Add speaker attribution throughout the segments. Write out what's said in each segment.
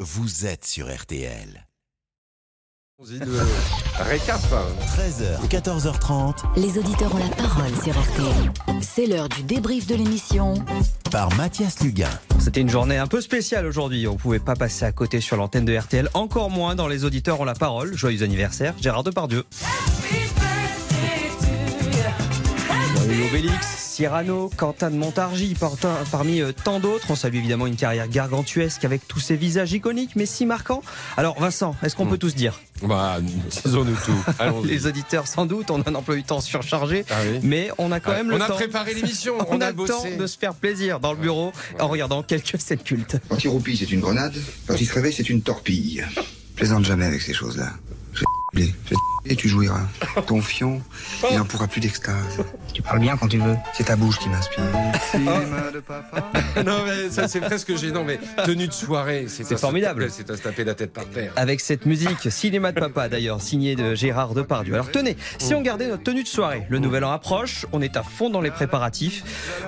Speaker 1: vous êtes sur RTL.
Speaker 2: Allons-y, le Récap.
Speaker 3: hein.
Speaker 1: 13h, 14h30
Speaker 4: Les auditeurs ont la parole sur RTL. C'est l'heure du débrief de l'émission
Speaker 1: par Mathias Luguin.
Speaker 3: C'était une journée un peu spéciale aujourd'hui. On pouvait pas passer à côté sur l'antenne de RTL. Encore moins dans les auditeurs ont la parole. Joyeux anniversaire, Gérard Depardieu. Mario Obélix, Cyrano, Quentin de Montargis, Pantin- parmi euh, tant d'autres. On salue évidemment une carrière gargantuesque avec tous ces visages iconiques mais si marquants. Alors Vincent, est-ce
Speaker 2: Hmm.
Speaker 3: qu'on peut tous dire
Speaker 2: Bah, disons-nous tout. Allons-y.
Speaker 3: Les auditeurs sans doute, on a un emploi du temps surchargé,
Speaker 2: Oh Ah oui.
Speaker 3: mais on a quand même
Speaker 2: on
Speaker 3: le
Speaker 2: a
Speaker 3: temps.
Speaker 2: préparé l'émission,
Speaker 3: On, a, le temps de se faire plaisir dans le bureau en regardant quelques scènes cultes.
Speaker 5: Quand il roupille, c'est une grenade. Quand il se réveille, c'est une torpille. Plaisante jamais avec ces choses-là. Je vais te je vais te et tu jouiras. Confiant, il n'en pourra plus d'extase. Oh. Tu parles bien quand tu veux. C'est ta bouche qui m'inspire. Cinéma de papa.
Speaker 2: Non, mais ça, c'est presque gênant, mais tenue de soirée, c'est
Speaker 3: C'est
Speaker 2: à se
Speaker 3: formidable. Ah,
Speaker 2: taper- C'est à se taper la tête par terre.
Speaker 3: Avec cette musique, cinéma de papa d'ailleurs, signée de Gérard Depardieu. Alors tenez, si on gardait notre tenue de soirée, le nouvel an approche, on est à fond dans les préparatifs.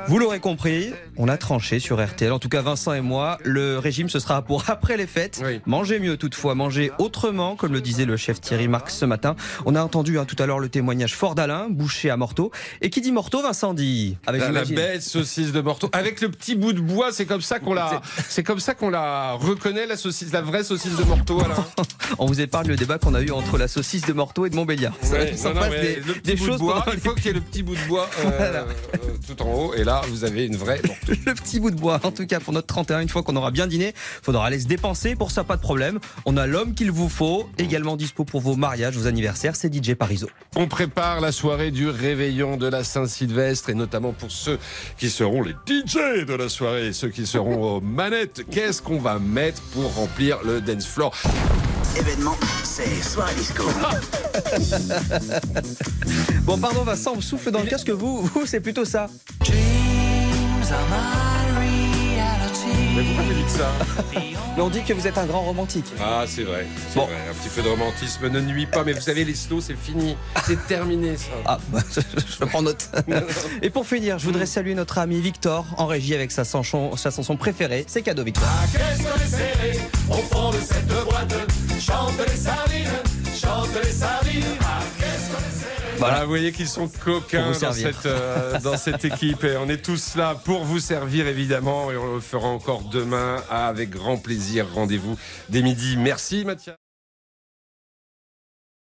Speaker 3: Vous l'aurez compris, on a tranché sur RTL, en tout cas Vincent et moi, le régime ce sera pour après les fêtes.
Speaker 2: Oui.
Speaker 3: Manger mieux toutefois, manger autrement, comme le disait le chef Thierry Marx ce matin. On a entendu hein, tout à l'heure le témoignage fort d'Alain, boucher à Morteau. Et qui dit Morteau, Vincent dit... Avec
Speaker 2: La, la
Speaker 3: j'imagine.
Speaker 2: belle saucisse de Morteau. Avec le petit bout de bois, c'est comme ça qu'on la, c'est comme ça qu'on la reconnaît, la saucisse, la vraie saucisse de Morteau, Alain.
Speaker 3: On vous épargne le débat qu'on a eu entre la saucisse de Morteau et de Montbéliard. Ça,
Speaker 2: Ouais,
Speaker 3: il s'en
Speaker 2: non, non,
Speaker 3: passe
Speaker 2: mais
Speaker 3: des,
Speaker 2: le petit
Speaker 3: des
Speaker 2: bout de
Speaker 3: choses
Speaker 2: bois,
Speaker 3: pendant
Speaker 2: il faut qu'il y ait le petit bout de bois euh, euh, tout en haut, et là, vous avez une vraie Morteau.
Speaker 3: le petit bout de bois. En tout cas, pour notre 31, une fois qu'on aura bien dîné, faudra aller se dépenser. Pour ça, pas de problème. On a l'homme qu'il vous faut. Également dispo pour vos mariages, vos anniversaires, c'est DJ Pariso.
Speaker 2: On prépare la soirée du réveillon de la Saint-Sylvestre et notamment pour ceux qui seront les DJ de la soirée, ceux qui seront aux manettes. Qu'est-ce qu'on va mettre pour remplir le dance floor
Speaker 6: Événement, c'est soirée disco.
Speaker 3: Bon, pardon Vincent, on souffle dans le casque. Vous, vous, c'est plutôt ça.
Speaker 2: Mais pourquoi vous dites ça
Speaker 3: Mais on dit que vous êtes un grand romantique.
Speaker 2: Ah, c'est vrai. c'est
Speaker 3: Bon.
Speaker 2: vrai. Un petit peu de romantisme ne nuit pas, mais vous savez, les slows, c'est fini. C'est terminé, ça.
Speaker 3: Ah, bah, je prends note. Et pour finir, je voudrais saluer notre ami Victor en régie avec sa chanson, sa chanson préférée. C'est cadeau, Victor. Voilà.
Speaker 2: Voilà, vous voyez qu'ils sont coquins
Speaker 3: Pour vous
Speaker 2: dans
Speaker 3: servir.
Speaker 2: cette, euh, dans cette équipe et on est tous là pour vous servir évidemment et on le fera encore demain avec grand plaisir. Rendez-vous dès midi. Merci Mathias.